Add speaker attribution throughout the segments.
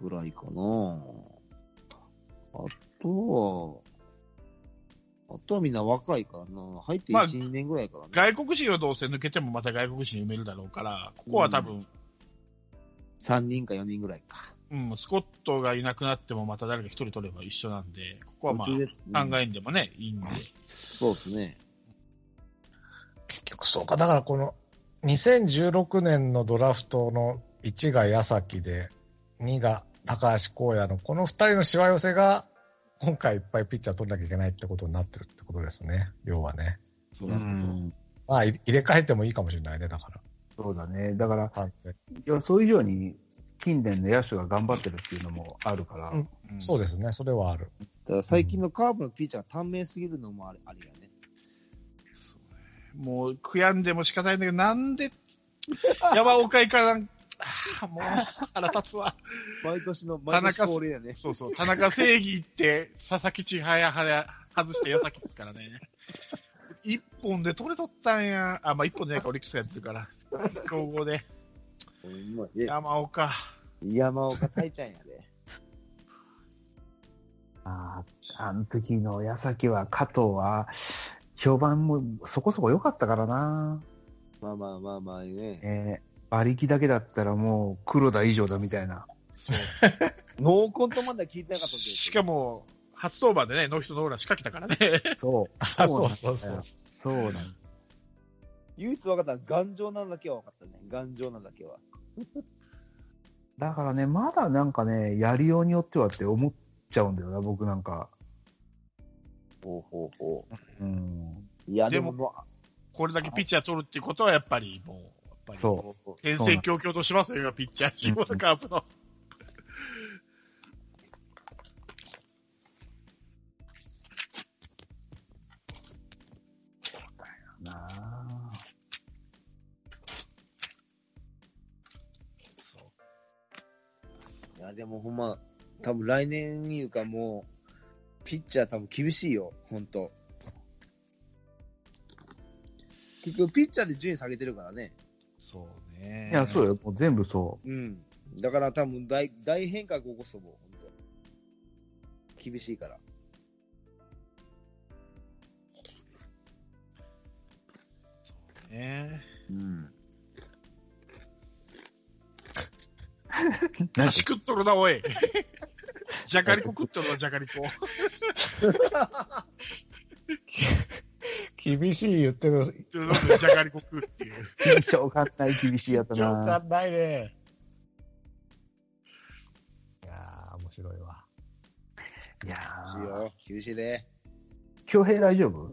Speaker 1: ぐらいかな。あとは、あとはみんな若いからな。入って1、
Speaker 2: まあ
Speaker 1: 2年ぐらいからね。
Speaker 2: 外国人をどうせ抜けてもまた外国人埋めるだろうから、ここは多分、
Speaker 1: 3人か4人ぐらいか。
Speaker 2: うん、スコットがいなくなってもまた誰か一人取れば一緒なんで、ここはま
Speaker 1: 途中で
Speaker 2: あ、考えんでもね、いいんで。
Speaker 1: そうですね。
Speaker 3: 結局そうか。だからこの2016年のドラフトの1が矢崎で、2が高橋光也のこの2人のしわ寄せが今回いっぱいピッチャー取んなきゃいけないってことになってるってことですね。要はね。
Speaker 1: そうだそうだ
Speaker 4: うん
Speaker 3: まあい入れ替えてもいいかもしれないね。だから。
Speaker 4: そうだね。だから、
Speaker 3: 判定
Speaker 4: 予想以上に近年の野手が頑張ってるっていうのもあるから、
Speaker 3: うん
Speaker 2: うん
Speaker 3: そうですね。それはある。
Speaker 1: だから最近のカーブのピッチャーが短命すぎるのもあれあれやね。
Speaker 2: もう悔やんでも仕方ないんだけど、なんで、 山岡行かなん、ああ、もう腹立つわ。
Speaker 1: 毎年の、毎年
Speaker 2: 田中す
Speaker 1: 恒例やね。
Speaker 2: そうそう、田中正義って、佐々木千早はや外して矢崎ですからね。一本で取れとったんや。あ、まあ一本じゃないか、オリックスがやってるから。競合で。
Speaker 1: ほんまえ
Speaker 2: 山岡。
Speaker 1: 山岡大ちゃんやで。
Speaker 4: あーあの時の矢崎は加藤は、評判もそこそこ良かったからな。
Speaker 1: まあまあまあまあね。
Speaker 4: えー馬力だけだったらもう黒田以上だみたいな。
Speaker 1: ノーコントまだ聞いてなかったけど。
Speaker 2: しかも、初登板でね、ノーヒットノーラン仕掛けたから ね。
Speaker 4: そう。
Speaker 3: あ、そうそうそう。
Speaker 4: そうなんだよ
Speaker 1: 唯一分かったのは頑丈なだけは分かったね。頑丈なだけは。
Speaker 4: だからね、まだなんかね、やりようによってはって思っちゃうんだよな、僕なんか。
Speaker 1: ほうほうほ
Speaker 4: うん。
Speaker 1: う。いや、
Speaker 2: で
Speaker 1: で
Speaker 2: も
Speaker 1: も、
Speaker 2: これだけピッチャー取るっていうことは、やっぱりもう、やっぱり。
Speaker 4: そう。
Speaker 2: 天性強々としますよ、今、ピッチャー。下のカープの。
Speaker 4: なあ
Speaker 1: いや、でもほんま、多分来年いうかもう、ピッチャー多分厳しいよ、ほんと。結局、ピッチャーで順位下げてるからね。
Speaker 2: そうね。
Speaker 4: いや、そうよ。もう全部そ
Speaker 1: うん。だから多分大、大変革起こすと思う、ほんと。厳しいから。
Speaker 2: ね。
Speaker 1: うん。
Speaker 4: う。
Speaker 2: 飯食っとるな、お い。じゃがりこ食っとるな、じゃがりこ。
Speaker 3: 厳しい言ってる。
Speaker 2: ということでじゃがりこ食うっていう。
Speaker 4: 緊張感ない厳しいやった
Speaker 3: 共
Speaker 4: な。
Speaker 3: 感ないね。いやー、面白いわ。
Speaker 4: いや
Speaker 1: 厳しい
Speaker 4: ー
Speaker 1: よ。厳しいで。
Speaker 4: 恭平大丈夫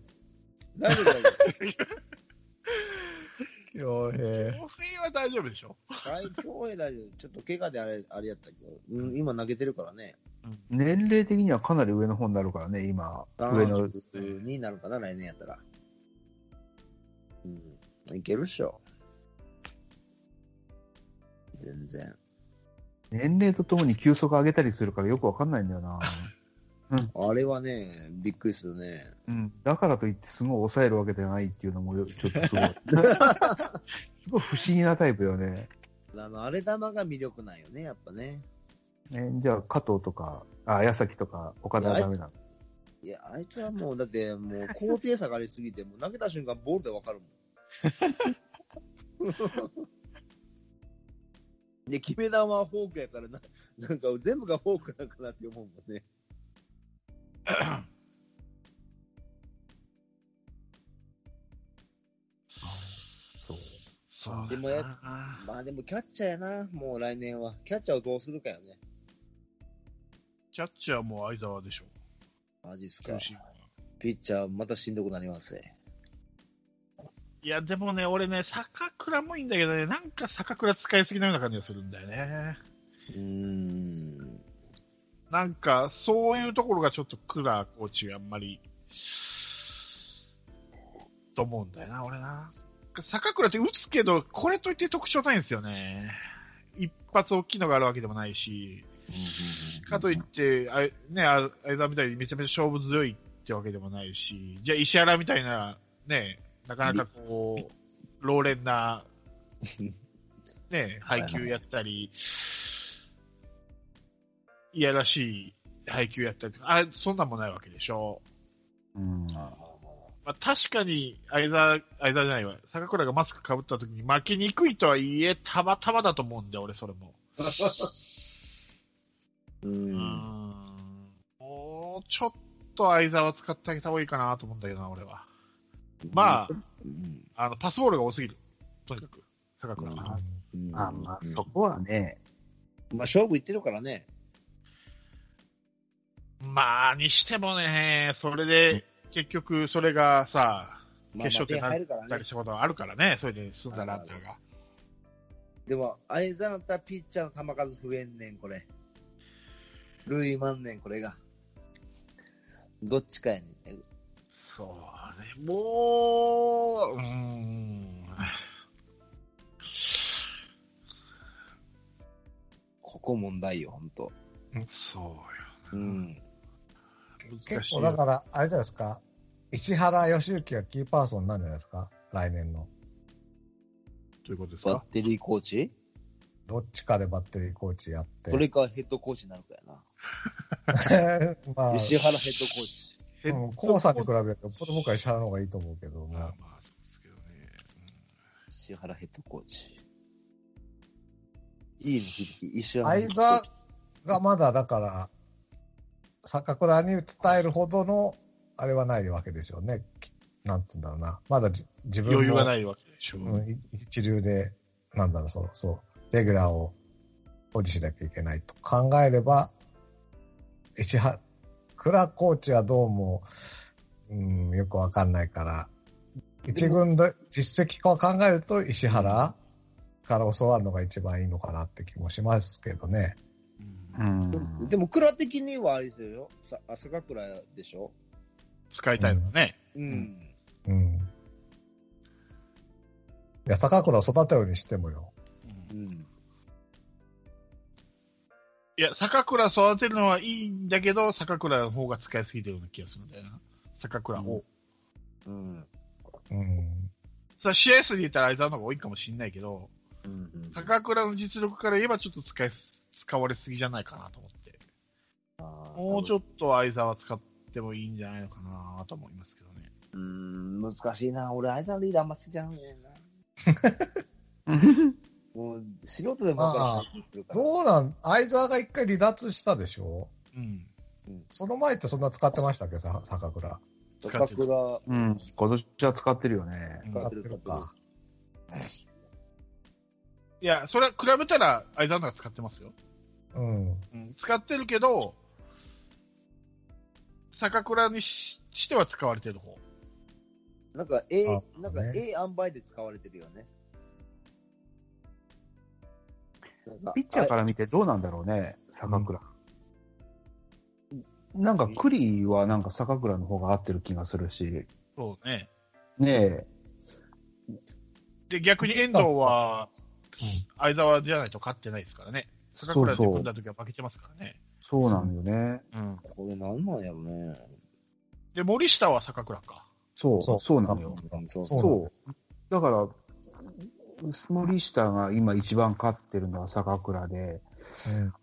Speaker 1: 大丈夫、大丈
Speaker 3: 恭平。
Speaker 2: お冬は大丈夫でしょ。
Speaker 1: 夫。大競泳大丈夫。ちょっと怪我であれ、あれやったけど。うん、今投げてるからね。
Speaker 4: 年齢的にはかなり上の方になるからね、今。上の。
Speaker 1: 32になるかな、来年やったら。うん。いけるっしょ。全然。
Speaker 4: 年齢とともに球速上げたりするからよくわかんないんだよ な。
Speaker 1: あれはね、びっくりするね。
Speaker 4: うん。だからといってすごい抑えるわけではないっていうのもよちょっとすごい。 すごい不思議なタイプよね。
Speaker 1: あの、あれ玉が魅力なんよね、やっぱね。
Speaker 4: えじゃあ、加藤とか、あ、矢崎とか、岡田はダメなの。
Speaker 1: いや、あいつはもう、だって、もう、高低差がありすぎて、もう投げた瞬間ボールでわかるもん。 で、決め球はフォークやからな、なんか全部がフォークなんかなって思うもんね。
Speaker 4: そう。
Speaker 2: そう
Speaker 1: だなでもやまあでもキャッチャーやな、もう来年は。キャッチャーをどうするかよね。
Speaker 2: キャッチャーも相沢でしょ。
Speaker 1: マジっすか
Speaker 2: 中。心
Speaker 1: ピッチャーまたしんどくなりますね。
Speaker 2: いや、でもね、俺ね、坂倉もいいんだけどね、なんか坂倉使いすぎのような感じがするんだよね。
Speaker 1: うーん。
Speaker 2: なんか、そういうところがちょっと倉コーチがあんまり、と思うんだよな、俺な。坂倉って打つけど、これといって特徴ないんですよね。一発大きいのがあるわけでもないし、かといって、あいね、あ相沢みたいにめちゃめちゃ勝負強いってわけでもないし、じゃあ石原みたいな、ね、なかなかこう、老練な、ね、配球やったり、いやらしい配球やったりとか、あそんなんもないわけでしょ。
Speaker 4: うん。
Speaker 2: まあ、確かに、相沢、相沢じゃないわ、坂倉がマスク被った時に負けにくいとはいえ、たまたまだと思うんで、俺それも。
Speaker 1: う。
Speaker 2: うんん。もうちょっと相沢使ってあげた方がいいかなと思うんだけどな、俺は。まあ、
Speaker 1: うん、
Speaker 2: あの、パスボールが多すぎる。とにかく、坂倉
Speaker 1: うん
Speaker 2: は。
Speaker 1: うん
Speaker 4: あまあ、そこはね、
Speaker 1: まあ、勝負いってるからね。
Speaker 2: まあ、にしてもね、それで、結局、それがさ、
Speaker 1: まあ、
Speaker 2: 決勝点
Speaker 1: まあ点入るか
Speaker 2: た
Speaker 1: ら
Speaker 2: り
Speaker 1: ね。
Speaker 2: したことがあるからね、それで済んだランナーが。
Speaker 1: でも、相沢たピッチャーの球数増えんねん、これ。ルイ万年、これが。どっちかやねん。
Speaker 2: そうね、もう、うーん。
Speaker 1: ここ問題よ、ほんと。
Speaker 2: そ
Speaker 1: うん。
Speaker 2: うよ。難
Speaker 3: 結
Speaker 2: しい
Speaker 3: 構だから、あれじゃないですか。石原良之がキーパーソンになるんじゃないですか来年の。
Speaker 2: ということです
Speaker 1: バッ
Speaker 2: か
Speaker 1: テリーコーチ
Speaker 3: どっちかでバッテリーコーチやって。
Speaker 1: それかヘッドコーチになるかやな。
Speaker 3: まあ、
Speaker 1: 石原ヘッドコーチ。
Speaker 2: ヘッド
Speaker 3: うんコウさんに比べると、僕は石原の方がいいと思うけ
Speaker 2: ま
Speaker 3: ど、
Speaker 2: あ
Speaker 3: まあ、
Speaker 2: まあ、そうですけどね。
Speaker 1: 石原ヘッドコーチ。いいね、響き。石原ヘ
Speaker 3: 相
Speaker 1: ッドコー
Speaker 3: 沢
Speaker 1: チ。
Speaker 3: がまだだから、坂倉に伝えるほどの、あれはないわけですよね。きなんて言うんだろうな。まだじ自分も
Speaker 2: 余裕がないわけでしょ。
Speaker 3: うんい一流で、なんだろう、そう、そう、レギュラーを保持しなきゃいけないと考えれば、石原、倉コーチはどうも、うん、よくわかんないから、一軍で実績化を考えると、石原から教わるのが一番いいのかなって気もしますけどね。
Speaker 2: うん
Speaker 4: うん。
Speaker 1: でも、蔵的にはあれですよ。さ坂倉でしょ
Speaker 2: 使いたいのはね。
Speaker 1: うん。
Speaker 3: うん。いや、坂倉を育てるにしてもよ。
Speaker 2: うん
Speaker 1: うん。
Speaker 2: いや、坂倉育てるのはいいんだけど、坂倉の方が使いすぎてるような気がするんだよな。坂倉を。
Speaker 1: うん。
Speaker 3: うん。
Speaker 2: さあ、試合数で言ったら相沢の方が多いかもしれないけど、
Speaker 1: うん。
Speaker 2: 高倉の実力から言えばちょっと使いす、使われすぎじゃないかなと思って。もうち
Speaker 1: ょっ
Speaker 2: ょっと相沢使ってもいいんじゃないのかなと思いますけどね。
Speaker 1: と。うん、難しいな。俺、相沢リーダーあんま好きじゃないんだよな。 もう、素人でも分かるするから。
Speaker 3: どうなん、相沢が一回離脱したでしょ
Speaker 2: うん。
Speaker 3: その前ってそんな使ってましたっけ、さ坂倉。
Speaker 1: 坂倉、
Speaker 4: うん。今年は使ってるよね。
Speaker 2: う
Speaker 1: 使
Speaker 2: ん
Speaker 1: っ
Speaker 3: 使ってて
Speaker 1: る
Speaker 3: る
Speaker 1: 使っ
Speaker 3: か。
Speaker 2: いや、それは比べたら相沢の方が使ってますよ。
Speaker 3: うん。
Speaker 2: うん。使ってるけど、坂倉にししては使われてる方。
Speaker 1: なんか、ええ
Speaker 3: あ、
Speaker 1: なんか、
Speaker 3: ね
Speaker 1: ええ塩梅で使われてるよね。なんか
Speaker 4: ピッチャーから見てどうなんだろうね、坂倉。なんか、クリはなんか坂倉の方が合ってる気がするし、
Speaker 2: そうね。
Speaker 4: ね
Speaker 2: で、逆に遠藤は、相沢じゃないと勝ってないですからね。坂
Speaker 4: そう
Speaker 2: 倉で
Speaker 4: そ
Speaker 2: 組
Speaker 4: うん
Speaker 2: だ時は負けてますからね。
Speaker 4: そうなんよね。
Speaker 2: うん。
Speaker 1: これなんなんやろね。
Speaker 2: で、森下は坂倉か。
Speaker 4: そう、
Speaker 3: そ
Speaker 4: そううなんよ。
Speaker 1: そう
Speaker 3: そう
Speaker 4: そう。だから、森下が今一番勝ってるのは坂倉で、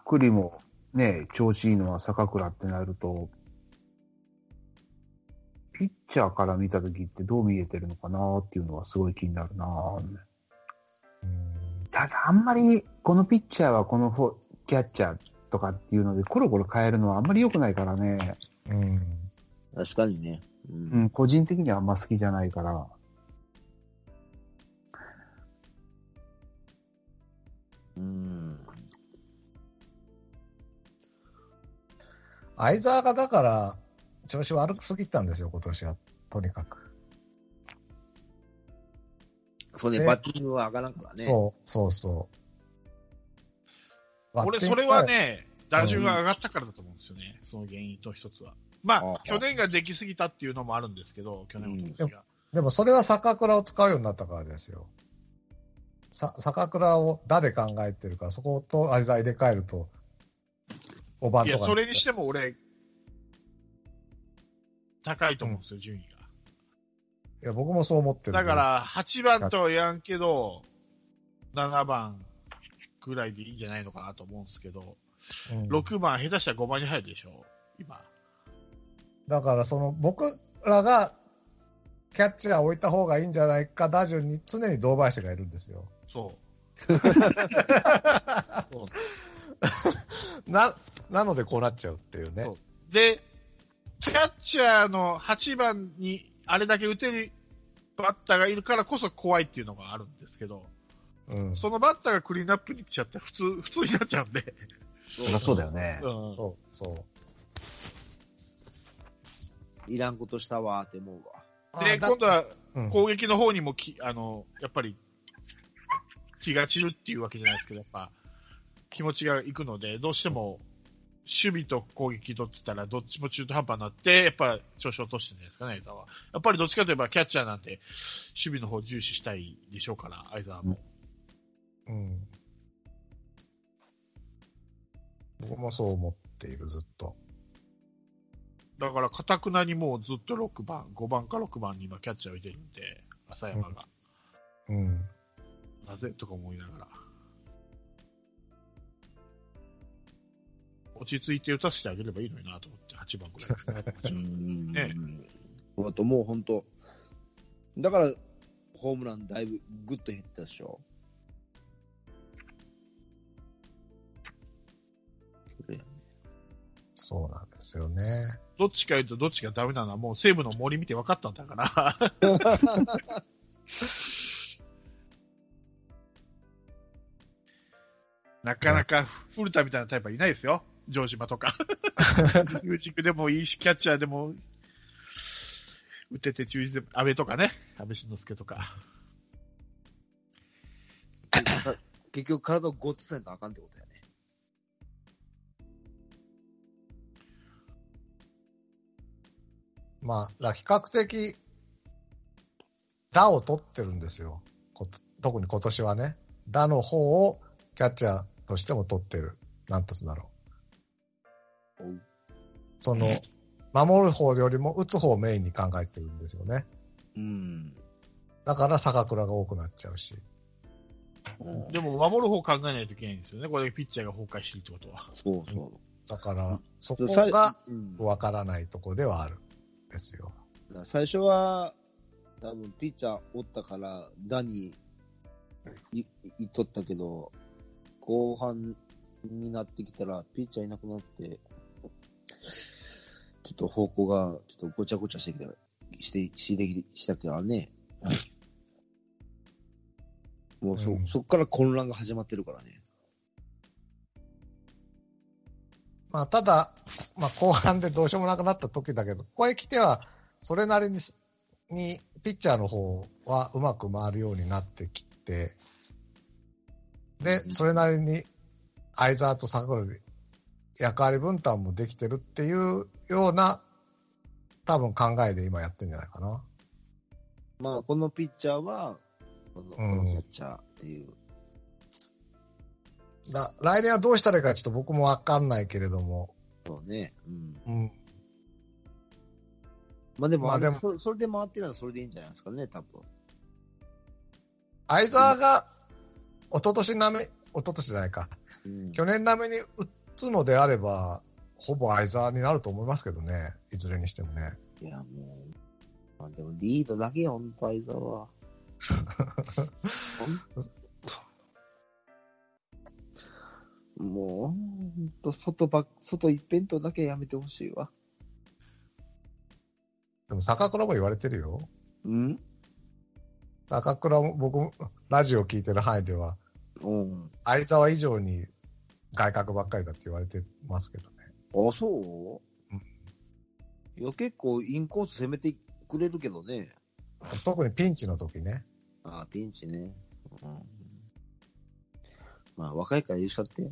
Speaker 4: クリもね、調子いいのは坂倉ってなると、ピッチャーから見た時ってどう見えてるのかなっていうのはすごい気になるな
Speaker 3: うん。
Speaker 4: ただあんまり、このピッチャーはこのフォキャッチャーとかっていうので、コロコロ変えるのはあんまり良くないからね。
Speaker 3: うん。
Speaker 1: 確かにね。うん
Speaker 4: うん、個人的にはあんま好きじゃないから。
Speaker 1: うん。
Speaker 3: 相沢がだから、調子悪すぎたんですよ、今年は。とにかく。
Speaker 1: そうね、
Speaker 3: ね
Speaker 1: バッティングは上がらんからね。
Speaker 3: そう、そうそう。
Speaker 2: 俺、
Speaker 3: バッティン
Speaker 2: そ
Speaker 3: グ
Speaker 2: れは、ね、打順が上がったからだと思うんですよね、その原因と一つは。ま
Speaker 1: あ
Speaker 2: あ
Speaker 1: あ、
Speaker 2: 去年ができすぎたっていうのもあるんですけど、去年の年が。
Speaker 3: でもそれは坂倉を使うようになったからですよ。さ、坂倉を打で考えてるから、そこと相沢入れ替えると、5番
Speaker 2: い
Speaker 3: と
Speaker 2: や、
Speaker 3: か。
Speaker 2: それにしても俺、高いと思うんですよ、順位
Speaker 3: いや、僕もそう思ってる。
Speaker 2: が。だか、ら、8番とはやんけど、7番ぐらいでいいんじゃないのかなと思うんですけど、
Speaker 3: うん
Speaker 2: 6番、下手したら5番に入るでしょ、今。
Speaker 3: だからその僕らがキャッチャー置いた方がいいんじゃないか打順に常に堂林がいるんですよ。
Speaker 2: そう。そう
Speaker 3: な、なのでこうなっちゃうっていうね。
Speaker 2: そうで、キャッチャーの8番にあれだけ打てるバッターがいるからこそ怖いっていうのがあるんですけど、
Speaker 3: うん。そ
Speaker 2: そのバッターがクリーンアップに来ちゃったら普通、普通になっちゃうんで。
Speaker 4: そりゃそうだよね。
Speaker 2: うん。
Speaker 3: う、そう。
Speaker 1: いらんことしたわーって思うわ。
Speaker 2: で、
Speaker 3: だ
Speaker 2: 今度は
Speaker 3: うん
Speaker 2: 攻撃の方にもき、あの、やっぱり、気が散るっていうわけじゃないですけど、やっぱ、気持ちがいくので、どうしても、守備と攻撃取ってたら、どっちも中途半端になって、やっぱ、調子を落としてるんじゃないですかね、相沢は。やっぱりどっちかといえば、キャッチャーなんで、守備の方重視したいでしょうから、相沢も。
Speaker 3: うん。僕もそう思っている、ずっと。
Speaker 2: だから、かたくなにもうずっと6番、5番か6番に今、キャッチャーを入れるんで、浅山が。
Speaker 3: うん。
Speaker 2: なぜとか思いながら。落ち着いて打たせてあげればいいのになと思って、8番
Speaker 1: う
Speaker 2: くらい。
Speaker 1: ん
Speaker 2: ね
Speaker 1: あともう本当、だから、ホームランだいぶぐっと減ったでしょ。それ
Speaker 3: そうなんですよね。
Speaker 2: どっちか言うとどっちがダメなのはもう西武の森見て分かったんだから。なかなか古田みたいなタイプはいないですよ。城島とか。中軸でもいいし、キャッチャーでも、打てて中軸でも、安倍とかね。安倍晋之助とか。
Speaker 1: 結局体をごっつせんとあかんってことやね。
Speaker 3: まあ、だから比較的、打を取ってるんですよ。こと特に今年はね。打の方をキャッチャーとしても取ってる。なんとすだろ
Speaker 1: おう
Speaker 3: う。その、守る方よりも打つ方をメインに考えてるんですよね。
Speaker 1: うん。
Speaker 3: だから坂倉が多くなっちゃうし。
Speaker 2: でも守る方考えないといけないんですよね。これピッチャーが崩壊してるってことは。
Speaker 1: そうそう。
Speaker 3: だか
Speaker 1: う
Speaker 3: ら
Speaker 1: ん、
Speaker 3: そ
Speaker 1: そ
Speaker 3: こ
Speaker 1: うさ
Speaker 3: が
Speaker 1: うん
Speaker 3: わからないとこではある。ですよ。
Speaker 1: だから最初は、多分ピッチャーおったから、ダにい、いいっとったけど、後半になってきたら、ピッチャーいなくなって、ちょっと方向が、ちょっとごちゃごちゃしてきた、して、してきしたけどね。 もうそ、
Speaker 3: うん
Speaker 1: そっから混乱が始まってるからね。
Speaker 3: まあ、ただ、まあ、後半でどうしようもなくなった時だけど、ここへ来ては、それなりにす、に、ピッチャーの方はうまく回るようになってきて、
Speaker 1: う
Speaker 3: で、
Speaker 1: ん
Speaker 3: それなりに、相沢と桜で役割分担もできてるっていうような、多分考えで今やってんじゃないかな。
Speaker 1: まあ、このピッチャーは、このこのキャッチャーっていう。
Speaker 3: だ来年はどうしたらいいかちょっと僕もわかんないけれども、
Speaker 1: そうね。うん。
Speaker 3: うん、
Speaker 1: まあでも、
Speaker 3: まあ
Speaker 1: あれ
Speaker 3: でも
Speaker 1: それそれで回ってるのはそれでいいんじゃないですかね、多分。
Speaker 3: 相沢が、一昨年並み、一昨年じゃないか、
Speaker 1: うん
Speaker 3: 去年並みに打つのであれば、ほぼ相沢になると思いますけどね、いずれにしてもね。
Speaker 1: いや、もう、まあ、でもリードだけよ、ほんと、相沢 は。ほんともう、ほんと、外ばっ、外一辺倒だけはやめてほしいわ。
Speaker 3: でも坂倉も言われてるよ。
Speaker 1: うん
Speaker 3: 坂倉も僕もラジオ聞いてる範囲では、
Speaker 1: うん。
Speaker 3: 相沢以上に外角ばっかりだって言われてますけどね。
Speaker 1: あ、そう、
Speaker 3: うん
Speaker 1: いや、結構インコース攻めてくれるけどね。
Speaker 3: 特にピンチの時ね。
Speaker 1: ああ、ピンチね。うん。まあ、若いから許しちゃって。
Speaker 3: い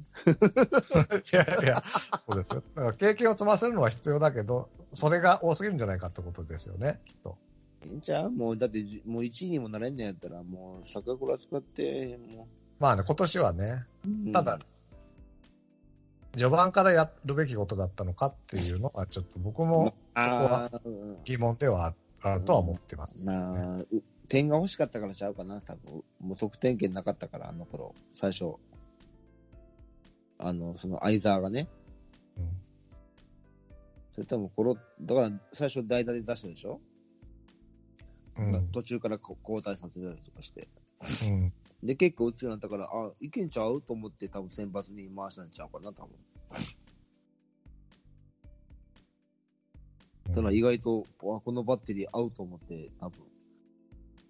Speaker 3: やいや、そうですよ。だから経験を積ませるのは必要だけど、それが多すぎるんじゃないかってことですよね、きっと。
Speaker 1: いいんちゃうもう、だってじ、もう1位にもなれんのやったら、もう、坂倉使って、も
Speaker 3: まあね、今年はね、
Speaker 1: う。
Speaker 3: ただ、序盤からやるべきことだったのかっていうのは、ちょっと僕も
Speaker 1: ああ、
Speaker 3: 疑問ではあるとは思ってます。
Speaker 1: まあ、う点が欲しかったからちゃうかな、多分。もう得点圏なかったから、あの頃、最初。あの、その相沢がね。
Speaker 3: うん
Speaker 1: それ多分ころ、だから最初代打で出したでしょ、
Speaker 3: う
Speaker 1: だから
Speaker 3: ん。
Speaker 1: 途中からこ交代させたりとかして。
Speaker 3: うん。
Speaker 1: で、結構打つようになったから、あ、いけんちゃうと思って多分選抜に回したんちゃうかな、多分。ただ意外と、あこのバッテリー合うと思って、多分、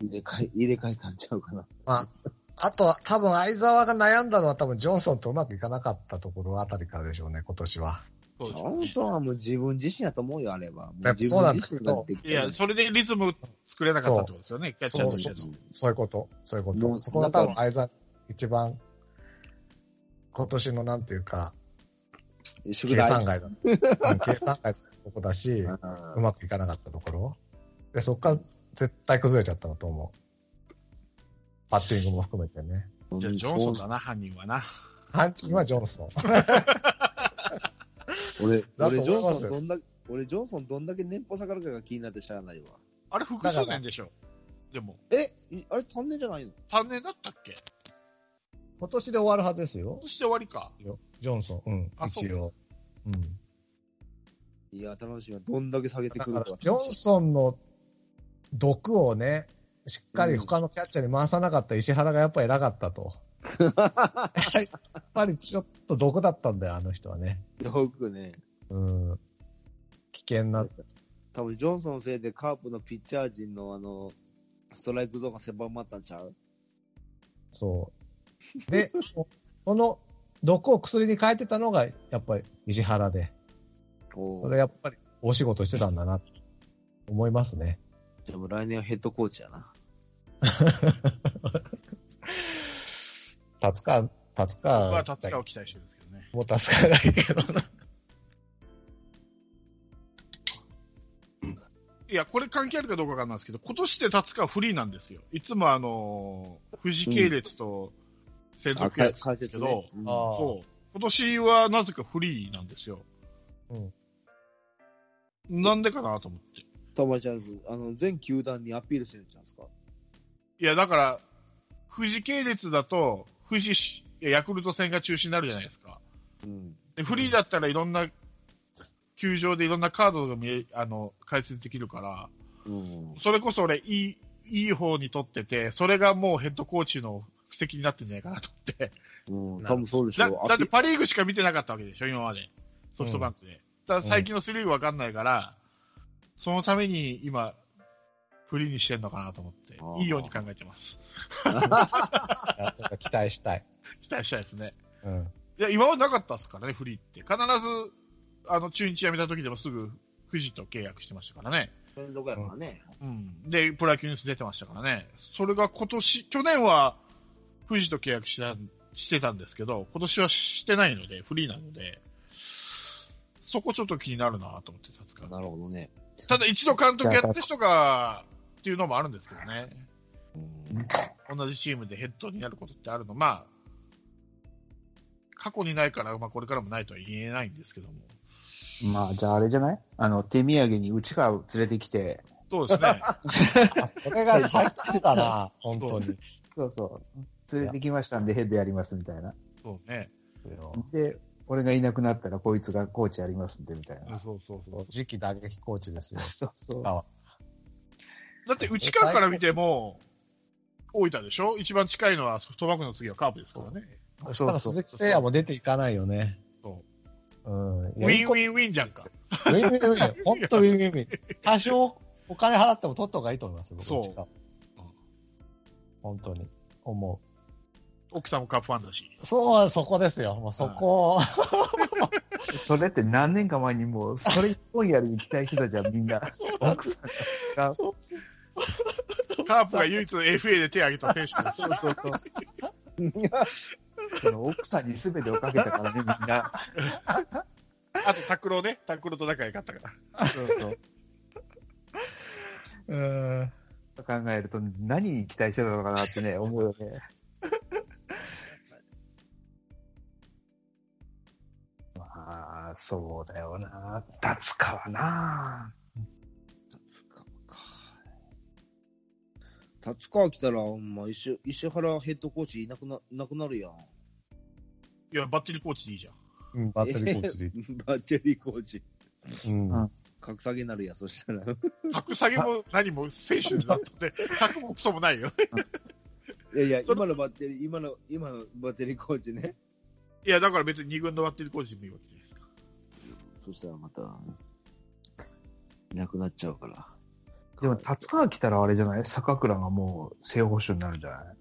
Speaker 1: 入れ替え、入れ替えたんちゃうかな。
Speaker 3: まあ、あとは多分相沢が悩んだのは多分ジョンソンとうまくいかなかったところあたりからでしょうね、今年は。
Speaker 2: そう
Speaker 1: ジ
Speaker 2: で
Speaker 1: ョン
Speaker 2: すね
Speaker 1: ソンはもう自分自身やと思うよ、あれは。も
Speaker 3: やっぱ
Speaker 1: 自
Speaker 3: そうな
Speaker 1: 分
Speaker 3: んだ
Speaker 1: 自
Speaker 3: け
Speaker 1: 身
Speaker 3: ど
Speaker 1: が出てき
Speaker 2: い
Speaker 1: たら
Speaker 2: や、それでリズム作れなかったってことですよね、キャッチャーとしての。
Speaker 3: そうそういうこと、そういうこ
Speaker 1: もう
Speaker 3: と。そこが多分相沢一番、今年のなんていうか、
Speaker 1: 宿
Speaker 3: 計
Speaker 1: 題。
Speaker 3: 算外だ。うん計算外のとこだし、う
Speaker 1: うん
Speaker 3: まくいかなかったところ。で、そこから絶対崩れちゃったなと思う。バッティングも含めてね。
Speaker 2: じゃあ、ジョンソンだな、犯人はな。
Speaker 3: は今、ジョンソン。
Speaker 1: 俺、
Speaker 3: だと
Speaker 1: 俺、ジ
Speaker 3: 思
Speaker 1: ョ
Speaker 3: いま
Speaker 1: ン
Speaker 3: す
Speaker 1: ソン
Speaker 3: よ
Speaker 1: どんだけ、俺、ジョンソンどんだけ年俸下がるかが気になってしゃあないわ。
Speaker 2: あれ、複数年でしょ。でも、
Speaker 1: えいあれ、単年じゃないの
Speaker 2: 3年だったっけ
Speaker 3: 今年で終わるはずですよ
Speaker 2: そ。して終わりか。
Speaker 3: ジョンソン。うん
Speaker 2: あ、そう
Speaker 3: 一応。うん。
Speaker 1: いや、楽しみはどんだけ下げて
Speaker 3: だ
Speaker 1: く
Speaker 3: か
Speaker 1: る
Speaker 3: ら
Speaker 1: か。、
Speaker 3: ジョンソンの毒をね、しっかり他のキャッチャーに回さなかった石原がやっぱ偉かっ たと。やっぱりちょっと毒だったんだよ、あの人はね。
Speaker 1: よくね。
Speaker 3: うん。危険な。
Speaker 1: 多分ジョンソンのせいでカープのピッチャー陣のあの、ストライクゾーンが狭まったんちゃう
Speaker 3: そう。で、 その毒を薬に変えてたのが、やっぱり石原で。
Speaker 1: お
Speaker 3: それ
Speaker 1: ー
Speaker 3: やっぱりお仕事してたんだな、思いますね。
Speaker 1: でも来年はヘッドコーチやな。
Speaker 3: 立川、立川。
Speaker 2: 僕は立川を期待してるんですけどね。
Speaker 3: もう助からないけどさ。
Speaker 2: いや、これ関係あるかどうかわかんないですけど、今年で立川フリーなんですよ。いつもあのー、富士系列と
Speaker 1: あ、
Speaker 2: 専
Speaker 1: か
Speaker 2: 属系列
Speaker 1: 解
Speaker 2: け
Speaker 1: 説
Speaker 2: ど、
Speaker 1: ね。うん
Speaker 3: あ
Speaker 2: そう。今年はなぜかフリーなんですよ。
Speaker 3: うん
Speaker 2: なんでかなと思って。
Speaker 1: たまちゃん、あの、全球団にアピールしてるんじゃないですか。
Speaker 2: いや、だから、富士系列だと、富士し、いやヤクルト戦が中止になるじゃないですか。
Speaker 1: うん。
Speaker 2: で、フリーだったらいろんな、球場でいろんなカードが見え、あの、解説できるから、
Speaker 1: うん。
Speaker 2: それこそ俺、いい、いい方に取ってて、それがもうヘッドコーチの布石になってんじゃないかなと思って。
Speaker 1: うん、多分そうでし
Speaker 2: だ
Speaker 1: ょ。
Speaker 2: だってパ・リーグしか見てなかったわけでしょ、今まで、ソフトバンクで。ただ最近のスリーグわかんないから、そのために今、フリーにしてんのかなと思って
Speaker 1: あ、ー
Speaker 2: いいように考えてます。
Speaker 3: あなんか期待したい。
Speaker 2: 期待したいですね。
Speaker 3: うん。
Speaker 2: いや、今はなかったですからね、フリーって。必ず、あの、中日辞めた時でもすぐ、富士と契約してましたからね。
Speaker 1: そういうとこやからね。
Speaker 2: うん。で、プロ野球ニュース出てましたからね。それが今年、去年は、富士と契約したしてたんですけど、今年はしてないので、フリーなので、そこちょっと気になるなと思って、さつか。
Speaker 1: なるほどね。
Speaker 2: ただ一度監督やった人が、っていうのもあるんですけどね。
Speaker 1: うん
Speaker 2: 同じチームでヘッドになることってあるの。まあ、過去にないから、まあこれからもないとは言えないんですけども。
Speaker 4: まあ、じゃああれじゃないあの、手土産にうちから連れてきて、
Speaker 2: そうです ね。
Speaker 3: それが最高だな、 本当に。
Speaker 4: そうそう、連れてきましたんでヘッドやりますみたいな。
Speaker 2: そうね。
Speaker 4: で、俺がいなくなったらこいつがコーチやりますんでみたいな。
Speaker 2: そうそうそう。
Speaker 3: 次期打撃コーチですよ。
Speaker 4: そうそう。
Speaker 3: あ
Speaker 2: だって内川から見ても、大分でしょ一番近いのはソフトバンクの次はカープですからね。
Speaker 3: そしたら鈴木誠也も出ていかないよね。。
Speaker 2: そう
Speaker 3: うん。
Speaker 2: ウィンウィンウィンじゃんか。
Speaker 3: ウィンウィンウィン。ほんとウィンウィンウィン。多少お金払っても取った方がいいと思いますよ、僕
Speaker 2: そう
Speaker 3: どっちか本当に。思
Speaker 2: 奥さんもカープファンだし。
Speaker 3: う。そう、そこですよ。もうそこを。
Speaker 4: それって何年か前にもう、それ一本やりに期待してたじゃん、みんな。が
Speaker 3: そうそう
Speaker 2: カープが唯一 FA で手を挙げた選手です。
Speaker 4: そうそうそう。 その奥さんに全てをかけたからね、みんな。
Speaker 2: あとタクロね。タクロと仲良かったから。
Speaker 4: そうそう。
Speaker 3: うん。
Speaker 4: 考えると何に期待してたのかなってね、思うよね。まあ、そうだよな。立川な。
Speaker 1: 立川か。立川来たら、ほんま、石石原ヘッドコーチいなくな、なくなるやん。
Speaker 2: いや、バッテリーコーチでいいじゃん。
Speaker 3: うん、バッテリーコーチでいい。
Speaker 1: バッテリーコーチ。
Speaker 3: うん。
Speaker 4: うん
Speaker 1: 格下げなるや、そしたら。
Speaker 2: 格下げも何も選手になったって、格もクソもないよ。
Speaker 1: いやいや、
Speaker 2: それ
Speaker 1: 今のバッテリー、今の、今のバッテリーコーチね。
Speaker 2: いや、だから別に二軍のバッテリーコーチでもいいわけじゃないですか。
Speaker 1: そしたらまた、いなくなっちゃうから。
Speaker 4: でも、達川来たらあれじゃない坂倉がもう正捕手になるんじゃない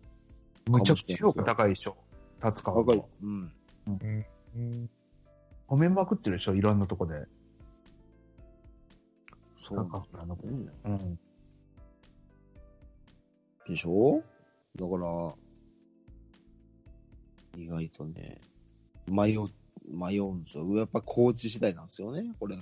Speaker 4: むちゃくちゃ評価高いでしょ。達川。
Speaker 1: 若い。うん。
Speaker 3: うん
Speaker 4: 褒めまくってるでしょ、いろんなとこで。
Speaker 1: そうなんだ
Speaker 4: 倉のこ
Speaker 1: うん
Speaker 4: と。うん。
Speaker 1: でしょだから、意外とね、迷う、迷うんですよ。やっぱコーチ次第なんですよね、これ。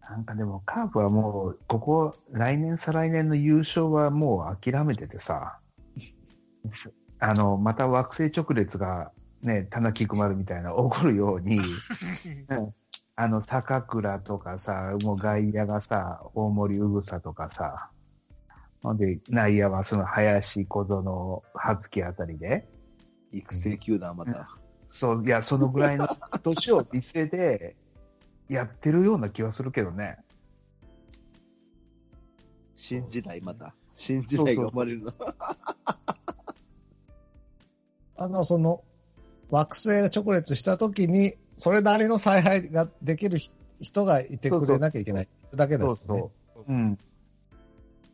Speaker 4: なんかでも、カープはもう、ここ、来年、再来年の優勝はもう諦めててさ、 あの、また惑星直列が、ね、棚木くまるみたいな、起こるように、うんあの、坂倉とかさ、もう外野がさ、大森うぐさとかさ、ほんで、内野はその林小園、葉月あたりで、
Speaker 1: 育成球団また。
Speaker 4: そう、いや、そのぐらいの年を見据えて、やってるような気はするけどね。
Speaker 1: 新時代また。新時代が生まれるな。
Speaker 3: あの、その、惑星直列した時に、それなりの采配ができるひ人がいてくれなきゃいけない。だけですよね。
Speaker 4: そうそう。うん。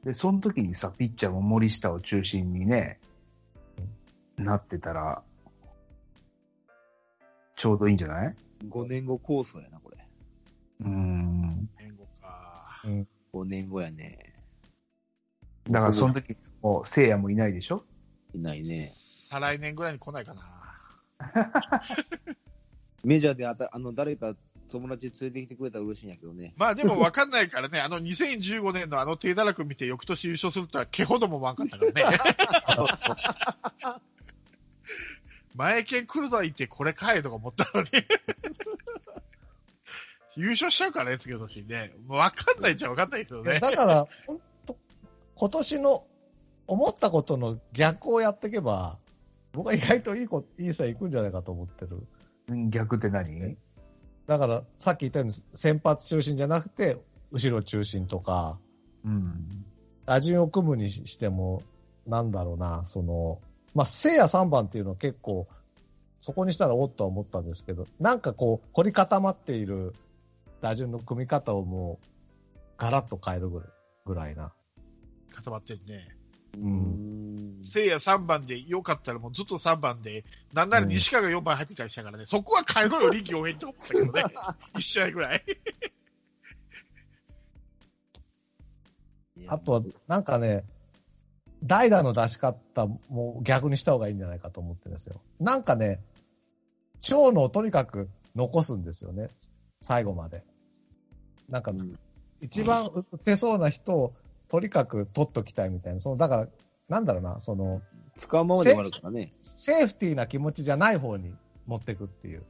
Speaker 4: で、その時にさ、ピッチャーも森下を中心にね、なってたら、ちょうどいいんじゃない
Speaker 1: 5年後構想やな、これ。
Speaker 4: うーん。
Speaker 2: 援護か。
Speaker 1: 5年後やね。
Speaker 4: だからその時、もう、聖夜もいないでしょ
Speaker 1: いないね。
Speaker 2: 再来年ぐらいに来ないかな。
Speaker 1: メジャーであた、あの、誰か友達連れてきてくれたら嬉しいんやけどね。
Speaker 2: まあでも分かんないからね、あの2015年のあの低堕落見て翌年優勝するとは毛ほどもわんかったから ね。前剣来るぞいってこれかいとか思ったのに。 優勝しちゃうからね、次の年にね。分かんないっちゃ分かんないけど
Speaker 3: いや
Speaker 2: ね。
Speaker 3: だから、本当今年の思ったことの逆をやっていけば、僕は意外といいこ、いい線いくんじゃないかと思ってる。
Speaker 4: うん逆って何
Speaker 3: だから、さっき言ったように、先発中心じゃなくて、後ろ中心とか、
Speaker 4: うん。
Speaker 3: 打順を組むにしても、なんだろうな、その、まあ、聖夜3番っていうのは結構、そこにしたらおっとは思ったんですけど、なんかこう、凝り固まっている打順の組み方をもう、ガラッと変えるぐらいぐらいな。
Speaker 2: 固まってるね。
Speaker 1: う
Speaker 3: うん
Speaker 1: ん。
Speaker 2: せいや3番でよかったらもうずっと3番で、なんなら西川が4番入ってきたりしたからね、そこは変えろよ、臨機応変って思ったけど ね。1試合ぐらい。
Speaker 1: いや
Speaker 3: あとは、なんかね、代打の出し方も逆にした方がいいんじゃないかと思ってるんですよ。なんかね、長野をとにかく残すんですよね。最後まで。なんか
Speaker 1: う、ん
Speaker 3: 一番打てそうな人をとにかく取っときたいみたいな。その、だから、なんだろうな、その、
Speaker 1: 使うままでもあるからね。
Speaker 3: セーフティーな気持ちじゃない方に持ってくっていう。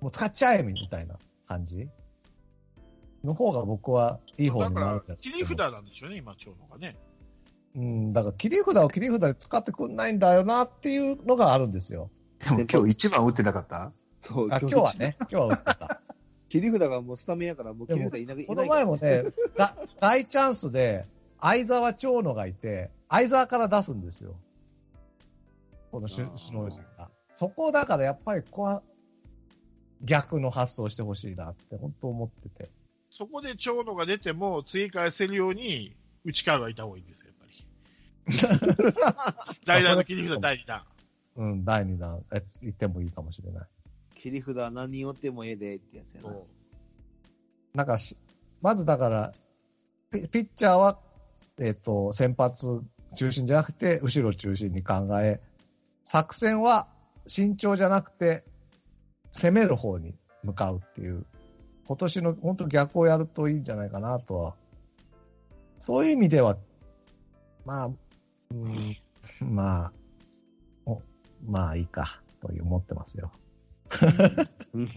Speaker 3: もう使っちゃえみたいな感じの方が僕はいい方
Speaker 2: だ
Speaker 3: に
Speaker 2: か
Speaker 3: なるんじ
Speaker 2: ら、
Speaker 3: ゃないか
Speaker 2: 切
Speaker 3: な
Speaker 2: り札なんでしょうね、今、長野がね。
Speaker 3: うん、だから切り札を切り札で使ってくんないんだよなっていうのがあるんですよ。
Speaker 4: でも今日一番打ってなかった
Speaker 1: そう、
Speaker 3: あ今日は。ね、今日は 打ってた。
Speaker 1: 切り札がもうスタメンやから、もう切り札いな
Speaker 3: こ
Speaker 1: いな
Speaker 3: の
Speaker 1: いか
Speaker 3: 前
Speaker 1: ら。
Speaker 3: もね、 だ大チャンスで、相沢長野がいて、相沢から出すんですよ。このし
Speaker 1: あー
Speaker 3: 首脳陣が。そこをだからやっぱりここは逆の発想してほしいなって本当思ってて。
Speaker 2: そこで長野が出ても、追加せるように、内川がいた方がいいんですよ、やっぱり。 代打の切り札第2弾。
Speaker 3: うん、第2弾、え言ってもいいかもしれない。
Speaker 1: 切り札は何人おってもええでってやつやな。
Speaker 2: そう
Speaker 3: なんかし、まずだから、ピピッチャーは、えっ、と、先発中心じゃなくて、後ろ中心に考え、作戦は慎重じゃなくて、攻める方に向かうっていう、今年の本当逆をやるといいんじゃないかなとは。そういう意味では、まあ、うん、まあ、おまあいいか、という思ってますよ。
Speaker 1: うん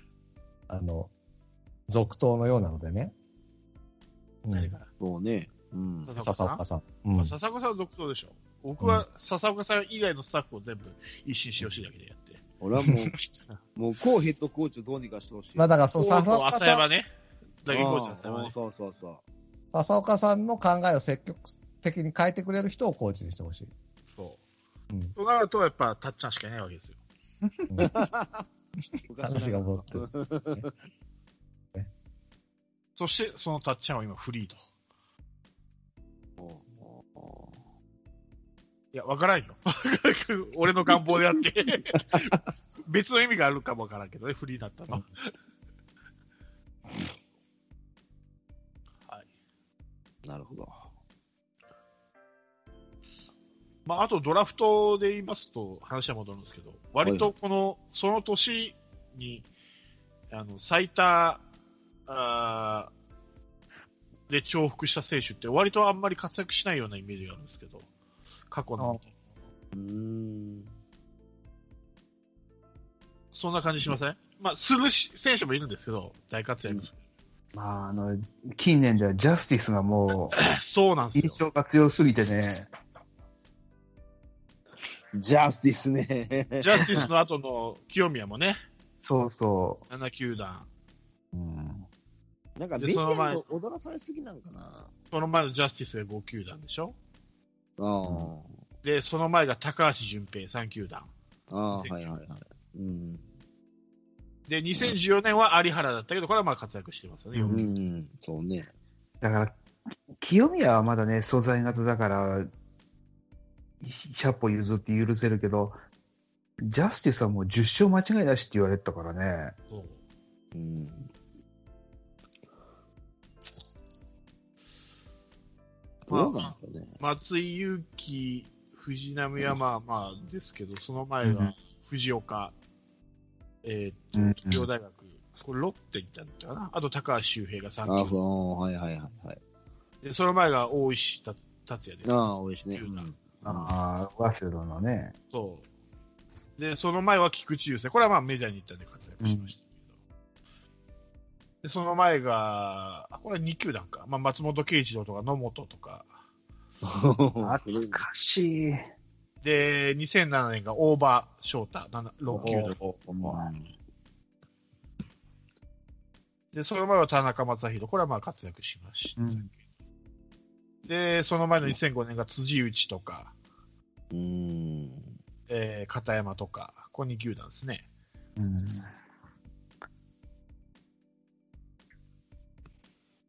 Speaker 3: あの、続投のようなのでね。うん
Speaker 2: 誰か。
Speaker 1: そうね。うん。
Speaker 2: 笹岡さ
Speaker 3: 笹
Speaker 2: ん
Speaker 3: 岡さん。うん。
Speaker 2: 笹岡さんは続投でしょ。僕は笹岡さん以外のスタッフを全部一新してほしいだけでやって。
Speaker 1: 俺はもう、 もう、こうヘッドコーチをどうにかしてほしい。
Speaker 3: まあだからそう、
Speaker 2: そう
Speaker 3: 笹
Speaker 2: そう
Speaker 3: 岡
Speaker 2: 浅
Speaker 3: さん
Speaker 2: 山ね。打撃コーチの浅山
Speaker 1: う
Speaker 2: ね
Speaker 1: ん。そうそうそ
Speaker 3: 笹岡さんの考えを積極的に変えてくれる人をコーチにしてほしい。
Speaker 2: そう。
Speaker 3: うん
Speaker 2: となると、やっぱ、たっちゃんしかいないわけですよ。
Speaker 1: う。
Speaker 3: 話が戻って。
Speaker 2: そして、そのたっちゃんは今、フリーと。いや、わからんよ。 俺の願望であって。 別の意味があるかもわからんけどね、フリーだったの。はい。
Speaker 1: なるほど。
Speaker 2: まあ、あとドラフトで言いますと、話は戻るんですけど、割とこの、その年に、あの、最多、あーで重複した選手って、割とあんまり活躍しないようなイメージがあるんですけど、過去の。
Speaker 1: うーん。
Speaker 2: そんな感じしません、まあ、するし選手もいるんですけど、大活躍。
Speaker 1: う
Speaker 4: まあ、あの、近年ではジャスティスがも
Speaker 2: そうなん
Speaker 4: う、
Speaker 2: ですよ
Speaker 4: 印。象が強すぎてね、
Speaker 1: ジャスティスね。
Speaker 2: ジャスティスの後の清宮もね、
Speaker 4: そうそ
Speaker 2: 7球団。
Speaker 4: う。うん。
Speaker 1: なんか、
Speaker 2: で
Speaker 1: メディ
Speaker 2: その前
Speaker 1: アに踊らされすぎなんかな。
Speaker 2: その前のジャスティスが5球団でしょ
Speaker 1: あ
Speaker 2: で、その前が高橋純平3球団。
Speaker 1: あ。ああ、はいはいはい。うん。
Speaker 2: で、2014年は有原だったけど、これはまあ活躍してますよね。
Speaker 4: うん
Speaker 1: うん。そうね。
Speaker 4: だから、清宮はまだね、素材型だから、100歩譲って許せるけど、ジャスティスはもう10勝間違いなしって言われてたからね。
Speaker 2: そ
Speaker 1: う
Speaker 2: う
Speaker 1: ん。
Speaker 2: まあ
Speaker 1: どうなんですかね。
Speaker 2: 松井裕樹、藤浪はまあまあですけど、その前
Speaker 4: うん
Speaker 2: が藤岡、え
Speaker 4: う
Speaker 2: ー
Speaker 4: ん
Speaker 2: っと、東京大学、これロッテ行ったんだったかな。あと高橋周平が
Speaker 1: あ
Speaker 2: 3
Speaker 1: あ、
Speaker 2: 球
Speaker 1: ふん、はいはいはいはい。
Speaker 2: 団。で、その前が大石達達也です。
Speaker 1: ああ、美味しいね。
Speaker 2: 球団
Speaker 4: ああ、ワシュドのね。
Speaker 2: そう。で、その前は菊池雄星。これはまあメジャーに行ったんで活躍しましたけど。で、その前が、あ、これは2球団か。まあ、松本慶一郎とか野本とか。
Speaker 4: 懐かしい。
Speaker 2: で、2007年が大場翔太、7 6球団。で、その前は田中将大。これはまあ活躍しました。
Speaker 4: うん
Speaker 2: で、その前の2005年が辻内とか、
Speaker 1: うん。
Speaker 2: えー片山とか。これ2球団ですね。
Speaker 4: うん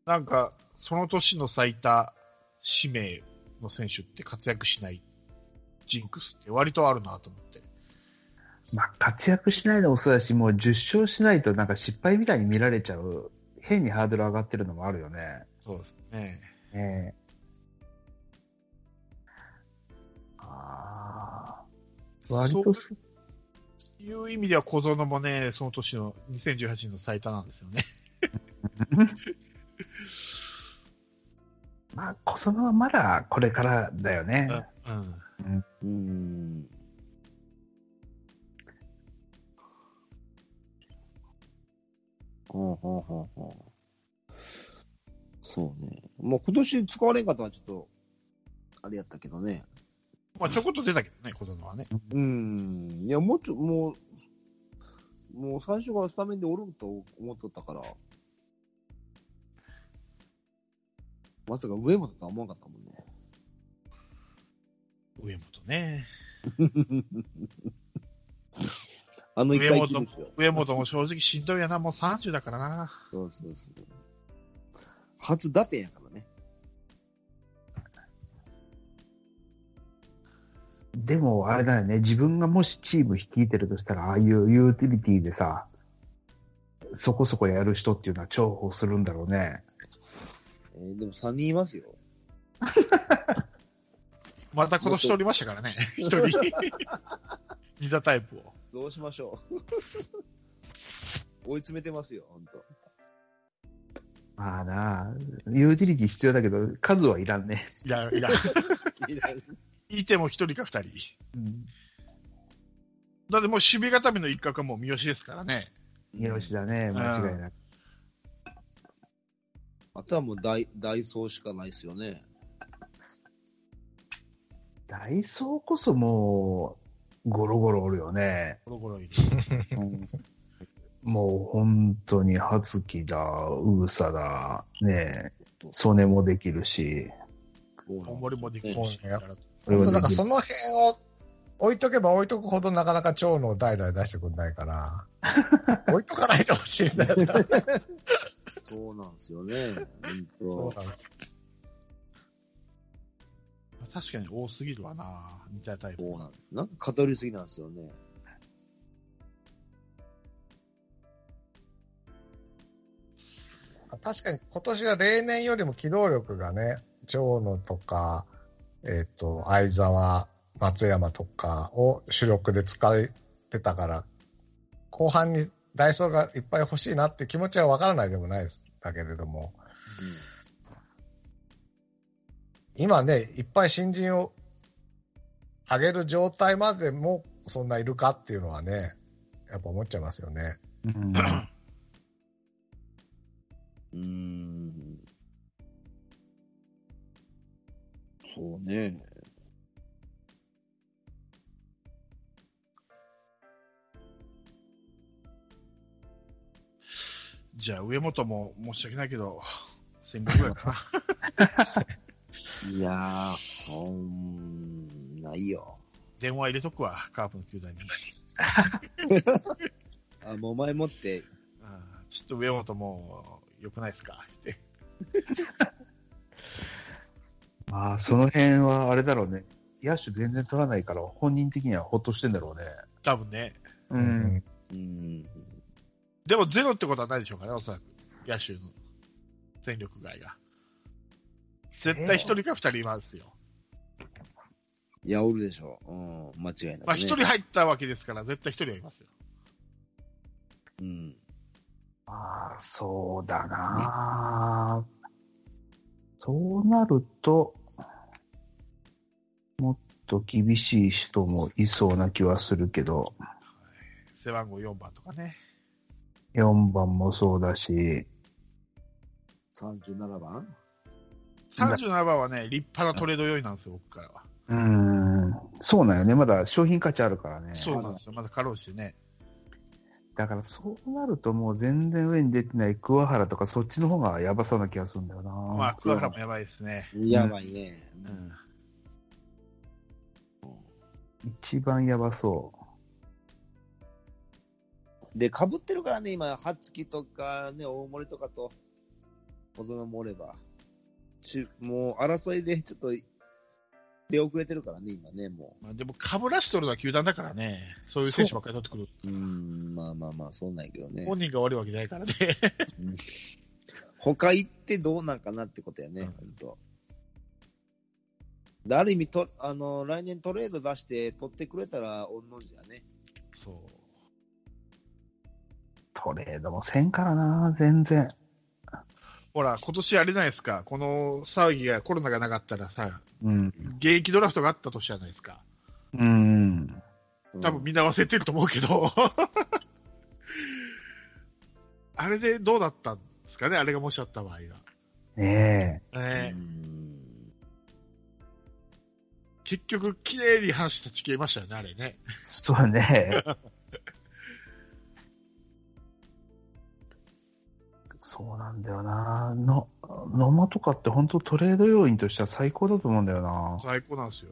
Speaker 2: なんか、その年の最多指名の選手って活躍しないジンクスって割とあるなと思って。
Speaker 4: まあ、活躍しないのもそうだし、もう10勝しないとなんか失敗みたいに見られちゃう、変にハードル上がってるのもあるよね。
Speaker 2: そうですね。
Speaker 4: ねえ。ああ。割とす
Speaker 2: いう意味では小園もね、その年の2018年の最多なんですよね。
Speaker 4: まあ、小園はまだこれからだよね。
Speaker 2: うん。
Speaker 1: うん。ほうほうほうほうそうね。もう今年使われんかったのはちょっと、あれやったけどね。
Speaker 2: まあちょこっと出たけどね、小園はね。
Speaker 1: うん。いや、もうちょ、もう、もう最初からスタメンでおるんと思っとったから。まさか上本とは思わんかったもんね。
Speaker 2: 上本ね。
Speaker 1: あの一
Speaker 2: 上
Speaker 1: 回きり
Speaker 2: 本
Speaker 1: ですよ。
Speaker 2: 上本も正直しんどいやな、もう30だからな。
Speaker 1: そうそうそう。初打点やからね。
Speaker 4: でも、あれだよね。自分がもしチーム率いてるとしたら、ああいうユーティリティでさ、そこそこやる人っていうのは重宝するんだろうね。
Speaker 1: えーでも3人いますよ。
Speaker 2: また今年取りました からね、一人。 似たタイプを。
Speaker 1: どうし ましょう。追い詰めてますよ、ほんと。
Speaker 4: まあなあ、ユーティリティ必要だけど、数はいらんね。
Speaker 2: いや、いや、いても一人か二人。だってもう守備固めの一角はもう三好ですからね。
Speaker 4: よろしだね、間違いなく。
Speaker 1: あとはもうダイダイソーしかないですよね。
Speaker 4: ダイソーこそもう、ゴロゴロおるよね。
Speaker 2: ゴロゴロいる。
Speaker 4: もう本当に、ハツキだ、ウーサだ、ねえ、ソネもできるし、
Speaker 2: おもりもできるし。
Speaker 3: そう
Speaker 2: だ
Speaker 3: ね
Speaker 2: から
Speaker 4: これ
Speaker 3: 本
Speaker 4: は
Speaker 3: 当なん
Speaker 4: で
Speaker 3: か
Speaker 4: き
Speaker 3: その辺を置いとけば置いとくほどなかなか蝶野を代々出してくんない から、置いとかないでほしいんだよ な。
Speaker 1: そうなんですよね。
Speaker 3: そ
Speaker 1: 本
Speaker 3: うなんですよ
Speaker 2: 確かに多すぎるわな、似たタイ
Speaker 1: 当。
Speaker 2: プ。
Speaker 1: そうなんです。なんか語りすぎなんですよね。
Speaker 3: 確かに今年は例年よりも機動力がね、蝶野とか、えっ、と、相沢、松山とかを主力で使ってたから、後半にダイソーがいっぱい欲しいなって気持ちはわからないでもないです。だけれども、今ね、いっぱい新人を上げる状態までもそんないるかっていうのはね、やっぱ思っちゃいますよね。
Speaker 1: うん。う
Speaker 4: うん
Speaker 1: ーん。そうね。
Speaker 2: じゃあ、上本も申し訳ないけど、戦力外かな。
Speaker 1: いやー、ほん、ないよ。
Speaker 2: 電話入れとくわ、カープの球団に。
Speaker 1: あ、もう前もって、
Speaker 2: あーちょっと上本も良くないですかって。
Speaker 4: まあ、その辺はあれだろうね。野手全然取らないから、本人的にはほっとしてんだろうね。
Speaker 2: 多分ね。
Speaker 3: う
Speaker 4: う
Speaker 3: ん。
Speaker 1: うん。
Speaker 2: でもゼロってことはないでしょうからね、おそらく。野手の戦力外が。絶対一人か二人いますよ。
Speaker 1: いや、おるでしょう。うん、間違いなく、ね。
Speaker 2: まあ一人入ったわけですから、絶対一人はいますよ。
Speaker 1: うん。
Speaker 4: まあ、そうだなそうなると、もっと厳しい人もいそうな気はするけど、
Speaker 2: 背番号4番とかね。
Speaker 4: 4番もそうだし、
Speaker 1: 37番
Speaker 2: 37番はね、立派なトレード要員なんですよ、僕からは。
Speaker 4: うーん、そうなんよね。まだ商品価値あるからね。
Speaker 2: そうなんですよ、まだ過労してね。
Speaker 4: だからそうなるともう全然上に出てない桑原とかそっちの方がやばそうな気がするんだよな
Speaker 2: まあ、桑原もやばいですね。
Speaker 1: やばいね。
Speaker 2: うん。
Speaker 4: 一番やばそ
Speaker 1: で、かぶってるからね、今、はつきとか、ね、大森とかと、子供もおれば。ちもう、争いで、ちょっと、出遅れてるからね、今ね、も
Speaker 2: まあ、でも、かぶらしとるのは球団だからね、そういう選手ばっかり取ってく
Speaker 1: う。う
Speaker 2: る。
Speaker 1: ん、まあまあまあ、そうなんやけどね。
Speaker 2: 本人が悪いわけじゃないからね。
Speaker 1: 他行ってどうなんかなってことやね、
Speaker 2: うん
Speaker 1: ほんと。である意味と、あの、来年トレード出して取ってくれたら、おんのじやね。
Speaker 2: そう。
Speaker 4: う。トレードもせんからな全然。
Speaker 2: ほら、今年あれじゃないですか、この騒ぎが、コロナがなかったらさ、
Speaker 4: うん。
Speaker 2: 現役ドラフトがあった年じゃないですか。
Speaker 4: うん。
Speaker 2: 多分みんな忘れてると思うけ ど。あれでどうだったんですかね、あれがもしあった場合は。
Speaker 4: ね
Speaker 2: ねえ
Speaker 1: うん
Speaker 2: 結局、綺麗に阪神とち消えましたよね、あれね。
Speaker 4: え。そう だね。そうなんだよなの、野間とかって本当トレード要員としては最高だと思うんだよな
Speaker 2: 最高なんですよ。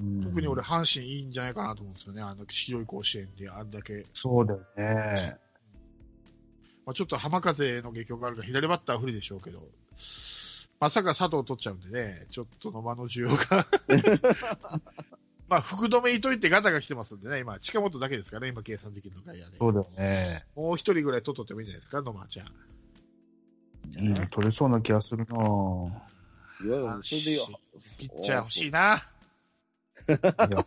Speaker 4: うん
Speaker 2: 特に俺、阪神いいんじゃないかなと思うんですよね。あの、広い甲子園で、あんだけ。
Speaker 4: そうだよね。
Speaker 2: まあ、ちょっと浜風の影響があるから、左バッターは不利でしょうけど、まさか佐藤取っちゃうんでね、ちょっと野間の需要 が。まあ、福留いといてガタが来てますんでね、今、近本だけですからね、今計算できるのがやで。
Speaker 4: そうだよね。
Speaker 2: もう一人ぐらい取っとってもいいんじゃないですか、野間ちゃん。
Speaker 4: いいの取れそうな気がするなぁ。
Speaker 1: いやいや、それでよ。
Speaker 2: ピッチャー欲しいな。
Speaker 4: いや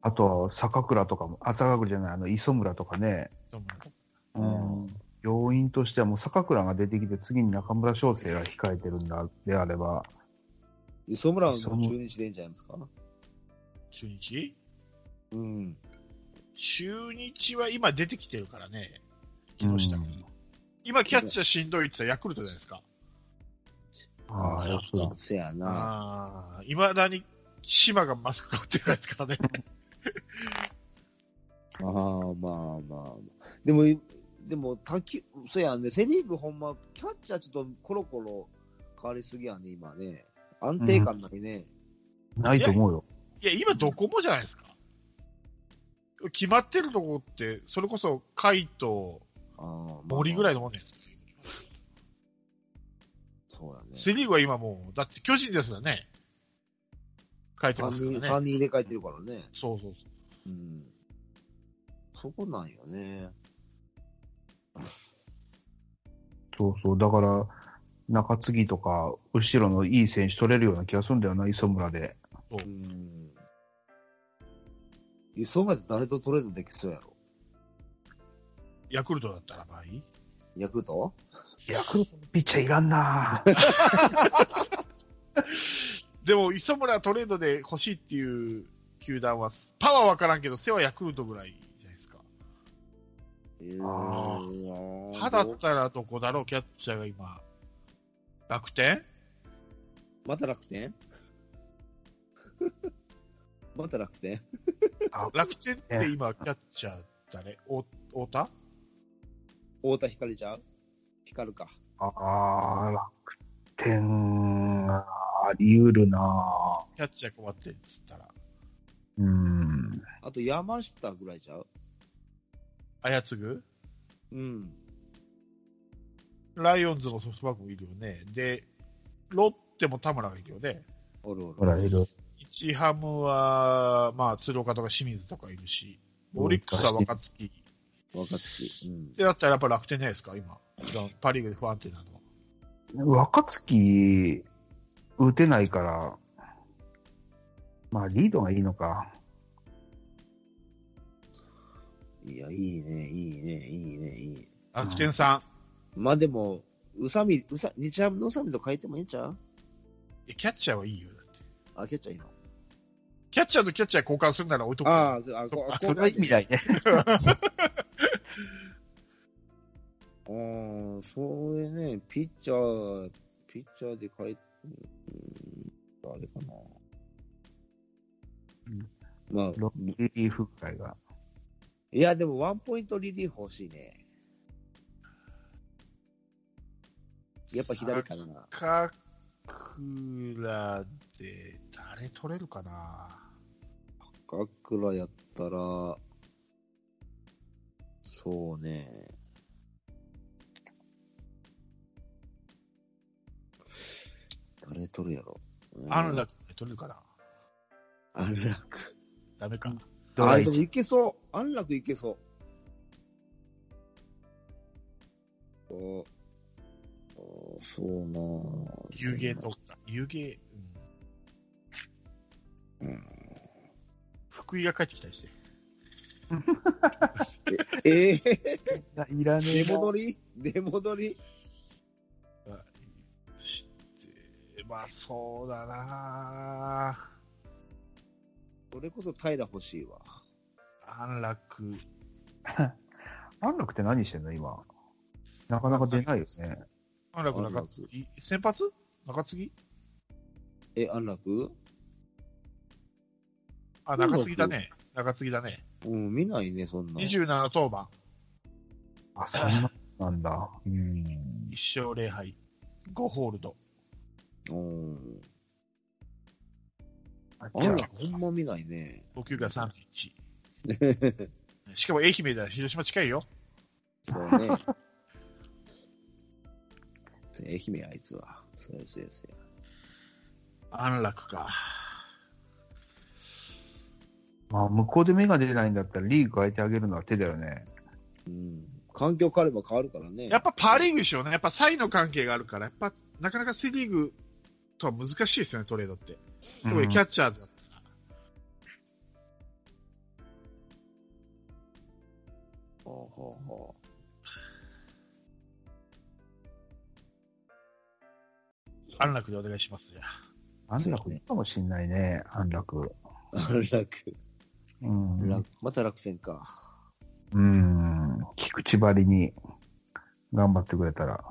Speaker 4: あとは坂倉とかも、あ、坂倉じゃない、あの磯村とかね、
Speaker 2: 野間
Speaker 1: うん
Speaker 4: 要因としてはもう坂倉が出てきて、次に中村翔成が控えてるんだであれば、
Speaker 1: 磯村はもう中日でいいんじゃないですか
Speaker 2: 中日
Speaker 1: うん。
Speaker 2: 中日は今出てきてるからね、木下君。今、キャッチャーしんどいって言ったらヤクルトじゃないですか。
Speaker 4: ああ、やっぱ
Speaker 1: せやな。
Speaker 2: ああ、いまだに島がまさか変わってないで すからね。
Speaker 1: ああ、まあまあ。でも、でも、卓球、そうやね、セリーグほんま、キャッチャーちょっとコロコロ変わりすぎやね、今ね。安定感ないね。
Speaker 4: ないと思うよ。
Speaker 2: いや、今どこもじゃないですか。決まってるとこって、それこそ、海と
Speaker 1: ああ
Speaker 2: 森ぐら
Speaker 1: い。
Speaker 2: いのもんね。
Speaker 1: そうやね。
Speaker 2: セリーグは今もう、だって巨人ですよね。書いて
Speaker 1: 3
Speaker 2: ます
Speaker 1: 人、
Speaker 2: から
Speaker 1: 三
Speaker 2: ね。
Speaker 1: 人入れ替えてるからね。
Speaker 2: そうそうそう。
Speaker 1: うん。そこなんよね。
Speaker 4: そうそう。だから、中継ぎとか、後ろのいい選手取れるような気がするんだよな、磯村で。
Speaker 1: うん。磯村って誰とトレードできそうやろ。
Speaker 2: ヤクルトだったら場合
Speaker 1: ヤクルト
Speaker 4: ヤクルトのピッチャーいらんな
Speaker 2: でも、磯村トレードで欲しいっていう球団は、パワーわからんけど、背はヤクルトぐらいじゃないですか。
Speaker 4: あ
Speaker 2: 歯だったらどこだろう、キャッチャーが今。楽天
Speaker 1: また楽天 また楽天
Speaker 2: 楽天って今、キャッチャー誰お、太田
Speaker 1: 太田光ちゃう光るか。
Speaker 4: ああ、楽天があり得るな
Speaker 2: キャッチャー困ってるっつったら。
Speaker 4: うん。
Speaker 1: あと山下ぐらいちゃう
Speaker 2: あやつぐ
Speaker 1: うん。
Speaker 2: ライオンズのソフトバンクもいるよね。で、ロッテも田村がいるよね。
Speaker 1: おるおる。
Speaker 4: ほら、いる。
Speaker 2: 日ハムは、まあ、鶴岡とか清水とかいるし、オリックスは若月。っ
Speaker 1: 若月。うん。
Speaker 2: てなったらやっぱ楽天じゃないですか、今。パリーグで不安定なのは。
Speaker 4: 若月、打てないから、まあ、リードがいいのか。
Speaker 1: いや、いいね、いいね、いいね、いいね。
Speaker 2: 楽天さん。
Speaker 1: まあでも、宇佐美、宇佐、日ハムの宇佐美と変えてもいいんちゃう
Speaker 2: いやキャッチャーはいいよ。だって
Speaker 1: あ、蹴っちゃいいの
Speaker 2: キャッチャーとキャッチャー交換するなら置いとく
Speaker 1: あ
Speaker 2: よ
Speaker 1: あ、そう、あ、
Speaker 2: そ
Speaker 1: こ
Speaker 2: あ
Speaker 1: う、
Speaker 2: それは意
Speaker 1: 味
Speaker 4: ないね。
Speaker 1: ああ、それね、ピッチャー、ピッチャーで変え、うん、あれかな。
Speaker 4: うん
Speaker 1: まあ、
Speaker 4: ロッキーフッカイが。
Speaker 1: いや、でもワンポイントリリーフ欲しいね。やっぱ左かな。
Speaker 2: カクラで、誰取れるかな
Speaker 1: ガクラやったら、そうね。誰取るやろ。
Speaker 2: アン
Speaker 1: ラ
Speaker 2: ラッ
Speaker 1: ク。
Speaker 2: クで取れるかな
Speaker 1: 安楽。
Speaker 2: ダメか。
Speaker 4: ド
Speaker 1: あ、
Speaker 4: ラ
Speaker 1: でも
Speaker 4: イ
Speaker 1: いけそう。安楽いけそう。おおそうなぁ
Speaker 2: 有芸取った。有芸、うん。
Speaker 1: うん
Speaker 2: 福井が帰ってきたりして。
Speaker 1: ええ
Speaker 4: いらねえ
Speaker 1: 出戻り 出戻り
Speaker 2: してまあ、そうだな
Speaker 1: それこそ平欲しいわ。
Speaker 2: 安楽。
Speaker 4: 安楽って何してんの今。なかなか出ないよね。
Speaker 2: 安楽中継ぎ先発中継ぎ
Speaker 1: え、安楽
Speaker 2: あ、中継ぎだね。中継ぎだね。
Speaker 1: うん、見ないね、そんな。
Speaker 2: 27登板。
Speaker 4: あ、そんな、なんだ。うん。
Speaker 2: 1勝0敗。5ホールド。
Speaker 1: うん。
Speaker 4: じ
Speaker 1: 安
Speaker 4: ゃ
Speaker 1: 楽ほんま見ないね。
Speaker 2: 投球が31。しかも愛媛だ。広島近いよ。
Speaker 1: そうね。 そう愛媛やあいつは。そうやそうやそうや。
Speaker 2: 安楽か。
Speaker 4: あ、まあ、向こうで芽が出ないんだったらリーグ変えてあげるのは手だよね。
Speaker 1: うん。環境変われば変わるからね。
Speaker 2: やっぱパ・リーグでしょうね。やっぱサイの関係があるから、やっぱなかなかセ・リーグとは難しいですよね、トレードって。特にキャッチャーだったら。
Speaker 1: ほうほうほ
Speaker 2: 安楽でお願いします、じゃあ
Speaker 4: 安楽いいかもしんないね、安楽。
Speaker 1: う。安楽。
Speaker 4: うん。
Speaker 1: 楽また楽天か。
Speaker 4: うん。菊池張りに頑張ってくれたら。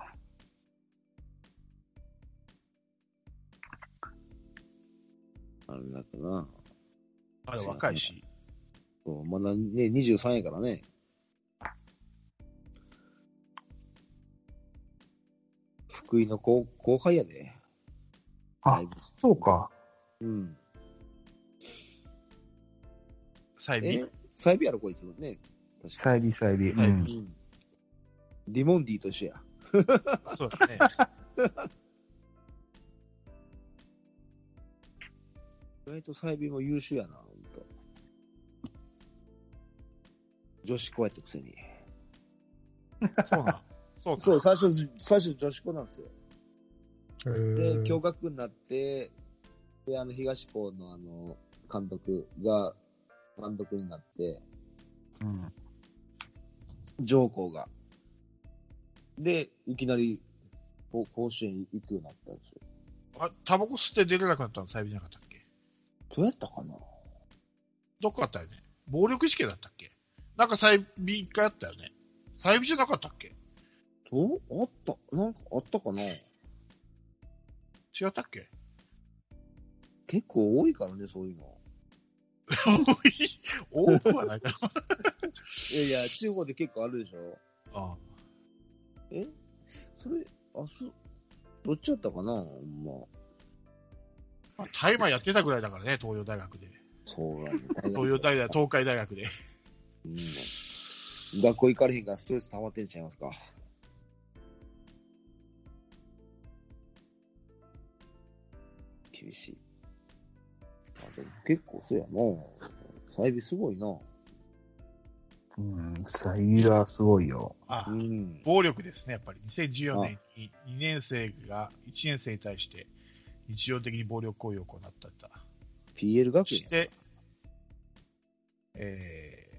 Speaker 1: あれだったな。
Speaker 2: まだ若いし。
Speaker 1: そうまだね、23やからね。福井の後後輩やで。
Speaker 4: あ、そうか。
Speaker 1: うん。
Speaker 2: サイビ
Speaker 1: え、サイビやろ、こいつのね。確か
Speaker 4: サイビサイビ。う
Speaker 2: はい
Speaker 1: に。
Speaker 4: ん。
Speaker 1: うん。ディモンディと一緒や。
Speaker 2: そうですね。
Speaker 1: 意外とサイビも優秀やな、ほんと。女子校やったくせに。
Speaker 2: そうなん。そうなん。
Speaker 1: そう、最初、最初女子校なんですよ。
Speaker 3: へ
Speaker 1: で、
Speaker 3: ー
Speaker 1: 共学になって、で、あの、東高のあの、監督が、監督になって、
Speaker 4: うん
Speaker 1: 上皇が。で、いきなり、こう甲子園行くようになったんですよ。
Speaker 2: あ、タバコ吸って出れなくなったのサイビじゃなかったっけ
Speaker 1: どうやったかな
Speaker 2: どっかあったよね。暴力事件だったっけなんかサイビ一回あったよね。サイビじゃなかったっけ
Speaker 1: どうあったなんかあったかな
Speaker 2: 違ったっ け
Speaker 1: 結構多いからね、そういうの。
Speaker 2: 多い、多くはないか
Speaker 1: いやいや、中国で結構あるでしょ
Speaker 2: な。あ
Speaker 1: それ、あ、そ、どっちやったかなほんま。
Speaker 2: あタイマーやってたぐらいだからね、東洋大学で。
Speaker 1: そうなんだ。
Speaker 2: 東 洋大学、東海大学で。
Speaker 1: うん学校行かれへんからストレス溜まってんちゃいますか。厳しい。あでも結構そうやな。サイビすごいな。
Speaker 4: うん、サイビはすごいよ。
Speaker 2: ああ
Speaker 1: うん。
Speaker 2: 暴力ですね、やっぱり。2014年に2年生が1年生に対して日常的に暴力行為を行ったった。
Speaker 1: PL 学
Speaker 2: そし
Speaker 1: 園。
Speaker 2: て、えー、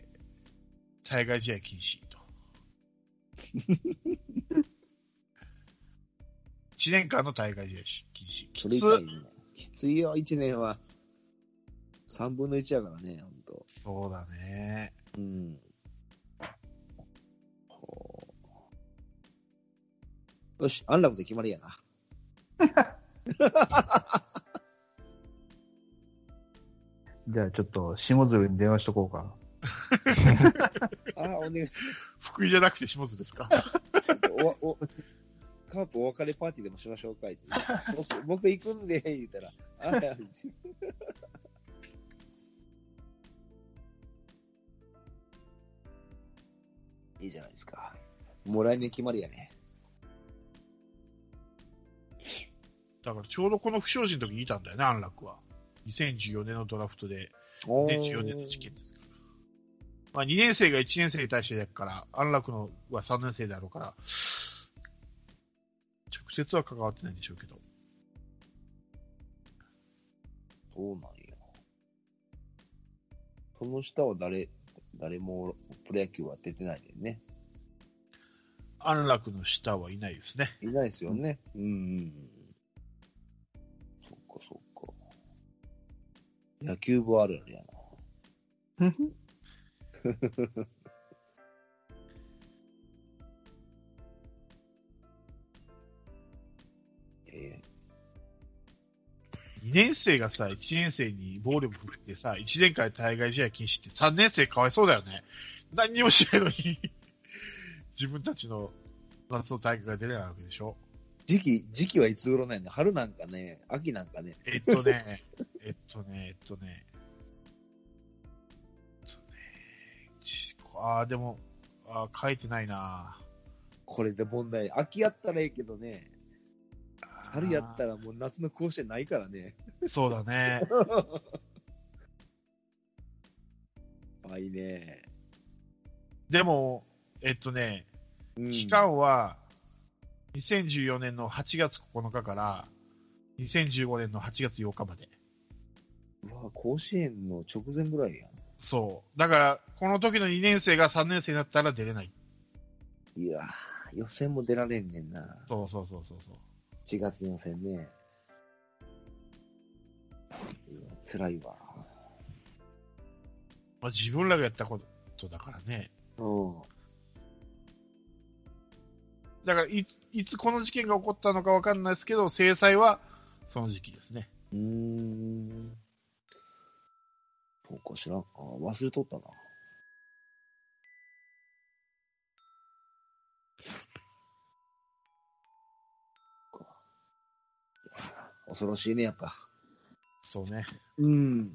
Speaker 2: 対外試合禁止 と。1年間の対外試合禁止。
Speaker 1: それ以外にねきついよ、1年は。3分の1やからね、ほんと。
Speaker 2: そうだね。
Speaker 1: うん。ほうよし、安楽で決まりやな。
Speaker 4: じゃあちょっと、下鶴に電話しとこうか。
Speaker 1: あー、お願い
Speaker 2: 福井じゃなくて下津 ですか
Speaker 1: おわおカープお別れパーティーでもしましょうかいって 僕僕行くんで、言うたら。あら いいじゃないですか。もう来年決まりやね。
Speaker 2: だからちょうどこの不祥事の時にいたんだよね、安楽は。2014年のドラフトで、2014年のチケットですから。まあ、2年生が1年生に対してだから、安楽のは3年生であろうから、直接は関わってないんでしょうけど。
Speaker 1: そうなんや。その下は誰、誰もプロ野球は出てないでね。
Speaker 2: 安楽の下はいないですね。
Speaker 1: いないですよね。うんうんうん。そっかそっか。野球部あるあるやな。 え
Speaker 2: 2年生がさ、1年生に暴力振ってさ、1年間で対外試合禁止って3年生かわいそうだよね。何にもしないのに、自分たちの夏の大会が出れないわけでしょ。
Speaker 1: ー時期、時期はいつ頃なんやね。春なんかね、秋なんかね。
Speaker 2: えっとね、えっとね、えっとね。えっとねちああ、でも、あー書いてないな
Speaker 1: これで問題。秋やったらええけどね、春やった
Speaker 2: ら。
Speaker 1: らもう夏の甲子園ないからね。
Speaker 2: そうだね。
Speaker 1: ばいね。
Speaker 2: でも、えっとね、
Speaker 1: うん
Speaker 2: 期間は、2014年の8月9日から、2015年の8月8日まで。
Speaker 1: まあ、甲子園の直前ぐらいや
Speaker 2: そう。だから、この時の2年生が3年生になったら出れない。
Speaker 1: ん。いやー、予選も出られんねんな。
Speaker 2: そうそうそうそうそう。
Speaker 1: 4月の予選ね。いや辛いわ。
Speaker 2: まあ、自分らがやったことだからね。
Speaker 1: うん。
Speaker 2: だからいつ、いつこの事件が起こったのかわかんないですけど、制裁はその時期ですね。
Speaker 1: うーん。か知らんか。忘れとったな。恐ろしいね、やっぱ。
Speaker 2: そうね。
Speaker 1: うん。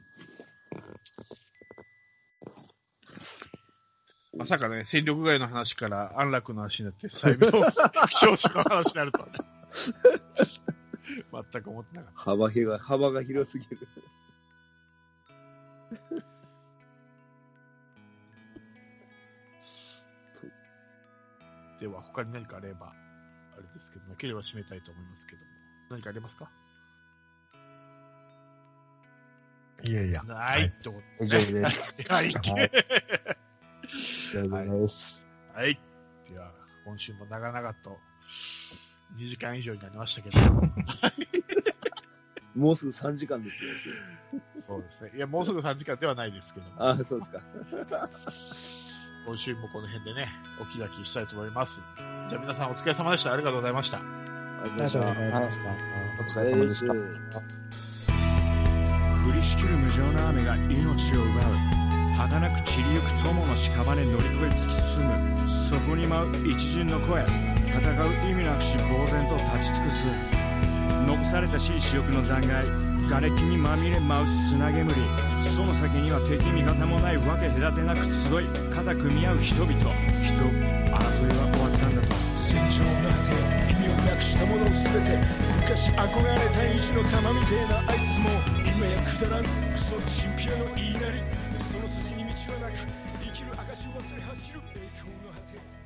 Speaker 2: まさかね、戦力外の話から安楽の話になって、最後の気象者の話になるとはね。全く思ってなかっ
Speaker 1: 幅広い、幅が広すぎる。
Speaker 2: た。では、他に何かあれば、あれですけど、なければ締めたいと思いますけども。何かありますか
Speaker 3: いやいや。
Speaker 2: ないいって思って。
Speaker 4: 大丈夫です。
Speaker 2: はい。
Speaker 4: はい大丈夫です。
Speaker 2: はい。では、今週も長々と2時間以上になりましたけど、
Speaker 1: もうすぐ3時間 ですよ。
Speaker 2: そうですね。いや、もうすぐ3時間ではないですけども、
Speaker 1: ああ、そうですか。
Speaker 2: 今週もこの辺でね、お気がきしたいと思います。じゃあ皆さんお疲れ様でした。ありがとうございました。
Speaker 1: あ
Speaker 3: あ
Speaker 1: り
Speaker 3: りがとうございまし
Speaker 4: お
Speaker 3: た。
Speaker 4: 疲れ様でした。
Speaker 5: 降りしきる無情な雨が命を奪う儚く散りゆく友の屍乗り越え突き進むそこに舞う一陣の声戦う意味なくし呆然と立ち尽くす残されたしい死翼の残骸瓦礫にまみれ舞う砂煙その先には敵味方もないわけ隔てなく集い肩組み合う人々人争いは終わったんだと戦場なんて意味をなくしたものを全て昔憧れた意地の玉みてえなあいつも今やくだらんクソチンピラの言いなりその筋に道はなく生きる証を忘れ走る栄光の果て